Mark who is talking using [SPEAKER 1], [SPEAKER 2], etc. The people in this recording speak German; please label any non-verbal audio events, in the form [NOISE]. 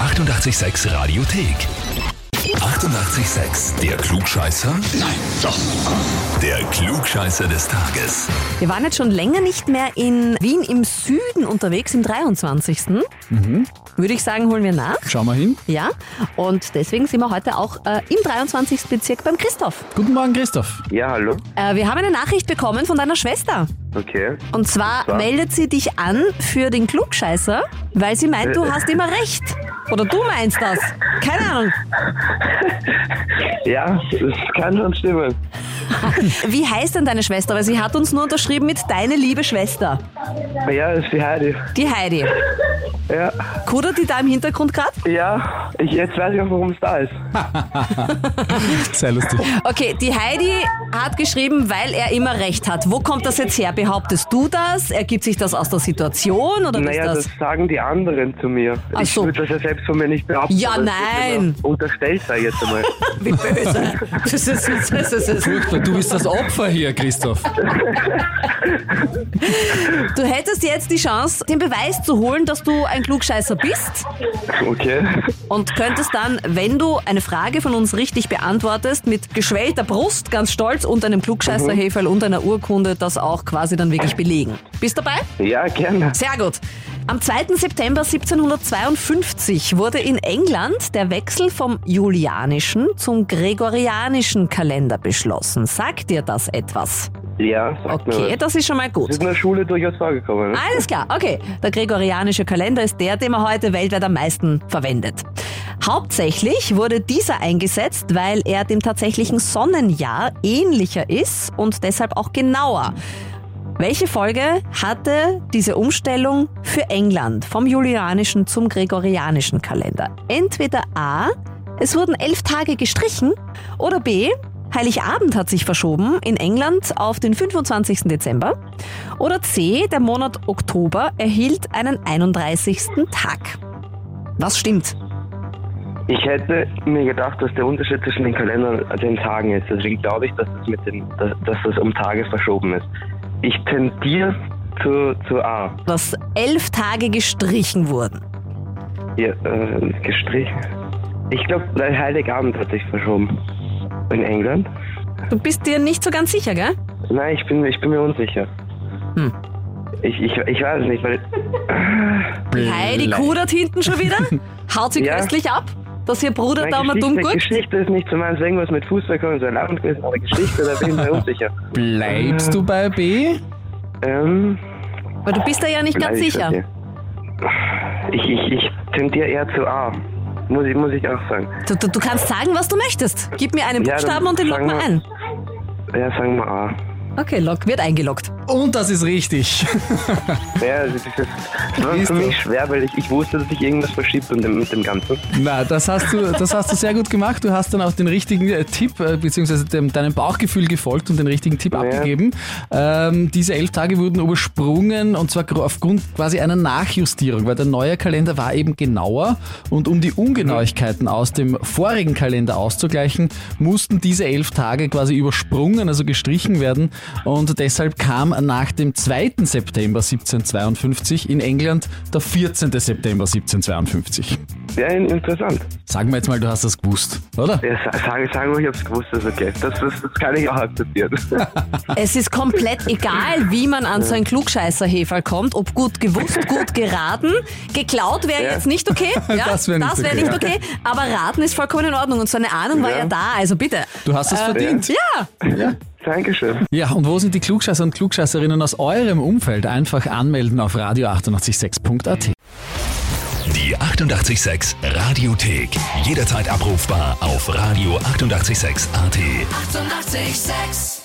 [SPEAKER 1] 886 Radiothek. 88,6. Der Klugscheißer? Nein, doch. Der Klugscheißer des Tages.
[SPEAKER 2] Wir waren jetzt schon länger nicht mehr in Wien im Süden unterwegs, im 23. Würde ich sagen, holen wir nach.
[SPEAKER 3] Schauen wir hin.
[SPEAKER 2] Ja, und deswegen sind wir heute auch äh, im 23. Bezirk beim Christoph.
[SPEAKER 3] Guten Morgen, Christoph.
[SPEAKER 4] Ja, hallo.
[SPEAKER 2] Äh, wir haben eine Nachricht bekommen von deiner Schwester.
[SPEAKER 4] Okay.
[SPEAKER 2] Und zwar
[SPEAKER 4] zwar?
[SPEAKER 2] meldet sie dich an für den Klugscheißer, weil sie meint, du hast immer recht. Oder du meinst das. Keine Ahnung.
[SPEAKER 4] Ja, es kann schon stimmen.
[SPEAKER 2] Wie heißt denn deine Schwester? Weil sie hat uns nur unterschrieben mit deine liebe Schwester,
[SPEAKER 4] Ja, es ist die Heidi.
[SPEAKER 2] die Heidi.
[SPEAKER 4] Ja,
[SPEAKER 2] Kudert die da im Hintergrund gerade?
[SPEAKER 4] ja. Ich, jetzt weiß ich auch, warum es da ist.
[SPEAKER 3] Sehr lustig.
[SPEAKER 2] Okay, die Heidi hat geschrieben, weil er immer recht hat. Wo kommt das jetzt her? Behauptest du das? Ergibt sich das aus der Situation oder
[SPEAKER 4] Naja,
[SPEAKER 2] ist
[SPEAKER 4] das
[SPEAKER 2] das?
[SPEAKER 4] sagen die anderen zu mir.
[SPEAKER 2] Ach
[SPEAKER 4] ich
[SPEAKER 2] so.
[SPEAKER 4] würde das ja selbst von mir nicht behaupten.
[SPEAKER 2] Ja,
[SPEAKER 4] aber es wird mir
[SPEAKER 2] nein.
[SPEAKER 4] noch Unterstellt, sag ich
[SPEAKER 2] [LAUGHS]
[SPEAKER 4] jetzt einmal.
[SPEAKER 2] Wie böse. Das ist, das ist, das ist.
[SPEAKER 3] Furchtbar, du bist das Opfer hier, Christoph.
[SPEAKER 2] Du hättest jetzt die Chance, den Beweis zu holen, dass du ein Klugscheißer bist
[SPEAKER 4] Okay.
[SPEAKER 2] und könntest dann, wenn du eine Frage von uns richtig beantwortest, mit geschwellter Brust ganz stolz und einem Klugscheißerheferl und einer Urkunde das auch quasi dann wirklich belegen. Bist dabei?
[SPEAKER 4] Ja, gerne.
[SPEAKER 2] Sehr gut. Am 2. September 1752 wurde in England der Wechsel vom julianischen zum gregorianischen Kalender beschlossen. Sagt dir das etwas?
[SPEAKER 4] Ja, sag mir.
[SPEAKER 2] Okay, Ah.
[SPEAKER 4] was.
[SPEAKER 2] das ist schon mal
[SPEAKER 4] Das
[SPEAKER 2] gut.
[SPEAKER 4] ist in der Schule durchaus vorgekommen. Ne?
[SPEAKER 2] Alles klar, okay. Der gregorianische Kalender ist der, den man heute weltweit am meisten verwendet. Hauptsächlich wurde dieser eingesetzt, weil er dem tatsächlichen Sonnenjahr ähnlicher ist und deshalb auch genauer. Welche Folge hatte diese Umstellung für England vom julianischen zum gregorianischen Kalender? Entweder A, es wurden elf Tage gestrichen oder B, Heiligabend hat sich verschoben in England auf den 25. Dezember oder C, der Monat Oktober erhielt einen 31. Tag. Was stimmt?
[SPEAKER 4] Ich hätte mir gedacht, dass der Unterschied zwischen den Kalendern und den Tagen ist. Deswegen glaube ich, dass das, mit den, dass, dass das um Tage verschoben ist. Ich tendiere zu, zu A.
[SPEAKER 2] Dass elf Tage gestrichen wurden.
[SPEAKER 4] Ja, äh, gestrichen. Ich glaube, der Heiligabend hat sich verschoben. In England?
[SPEAKER 2] Du bist dir nicht so ganz sicher, gell?
[SPEAKER 4] Nein, ich bin, ich bin mir unsicher.
[SPEAKER 2] Hm.
[SPEAKER 4] Ich, ich, ich weiß es nicht, weil.
[SPEAKER 2] Die Heidi kudert hinten schon
[SPEAKER 4] [LAUGHS]
[SPEAKER 2] wieder, haut sie
[SPEAKER 4] Ja.
[SPEAKER 2] köstlich ab, dass ihr Bruder
[SPEAKER 4] Nein,
[SPEAKER 2] da mal dumm
[SPEAKER 4] Geschichte,
[SPEAKER 2] guckt.
[SPEAKER 4] Geschichte ist nicht zu meins, irgendwas mit Fußball kann so ein Abend gewesen, aber Geschichte, da bin ich
[SPEAKER 2] [LAUGHS]
[SPEAKER 4] mir unsicher.
[SPEAKER 3] Bleibst du bei B?
[SPEAKER 4] Ähm,
[SPEAKER 2] Weil du bist da ja nicht ganz
[SPEAKER 4] bleib ich
[SPEAKER 2] sicher.
[SPEAKER 4] bei dir. Ich, ich, ich tendiere eher zu A. Muss ich, muss ich auch sagen.
[SPEAKER 2] Du, du, du kannst sagen, was du möchtest. Gib mir einen
[SPEAKER 4] Ja,
[SPEAKER 2] Buchstaben
[SPEAKER 4] dann
[SPEAKER 2] und den lock
[SPEAKER 4] sagen
[SPEAKER 2] mal
[SPEAKER 4] wir-
[SPEAKER 2] ein.
[SPEAKER 4] Ja, sagen wir A.
[SPEAKER 2] Okay, lock, wird
[SPEAKER 4] [LAUGHS]
[SPEAKER 2] eingeloggt.
[SPEAKER 3] Und das ist richtig.
[SPEAKER 4] Ja, also das, ist, das war
[SPEAKER 3] Ist
[SPEAKER 4] für mich
[SPEAKER 3] doch.
[SPEAKER 4] schwer, weil ich, ich wusste, dass sich irgendwas verschiebt und dem, mit dem Ganzen.
[SPEAKER 3] Na, das hast, du, das hast du sehr gut gemacht. Du hast dann auch den richtigen äh, Tipp, äh, beziehungsweise dem, deinem Bauchgefühl gefolgt und den richtigen Tipp abgegeben. Ähm, diese elf Tage wurden übersprungen und zwar gro- aufgrund quasi einer Nachjustierung, weil der neue Kalender war eben genauer und um die Ungenauigkeiten aus dem vorigen Kalender auszugleichen, mussten diese elf Tage quasi übersprungen, also gestrichen werden und deshalb kam nach dem 2. September 1752 in England der 14. September 1752.
[SPEAKER 4] Ja, in- interessant.
[SPEAKER 3] Sagen wir jetzt mal, du hast das gewusst, oder?
[SPEAKER 4] Ja, sa- sagen, sagen wir, ich hab's gewusst, das ist okay. Das, das, das kann ich auch akzeptieren.
[SPEAKER 2] Es ist komplett egal, wie man an so ein Klugscheißerheferl kommt, ob gut gewusst, gut geraten. Geklaut wäre
[SPEAKER 4] Ja.
[SPEAKER 2] jetzt nicht
[SPEAKER 4] [LAUGHS]
[SPEAKER 2] okay. Ja,
[SPEAKER 3] Das wär nicht
[SPEAKER 2] das wär
[SPEAKER 3] okay,
[SPEAKER 2] nicht okay. Aber raten ist vollkommen in Ordnung und so eine Ahnung war
[SPEAKER 4] Ja.
[SPEAKER 2] ja da, also bitte.
[SPEAKER 3] Du hast es verdient.
[SPEAKER 2] Ja,
[SPEAKER 4] Dankeschön.
[SPEAKER 3] Ja, und wo sind die Klugscheißer und Klugscheißerinnen aus eurem Umfeld? Einfach anmelden auf radio886.at.
[SPEAKER 1] Die 88,6 Radiothek. Jederzeit abrufbar auf radio886.at. 88,6.
[SPEAKER 5] Eighty-eight, sex.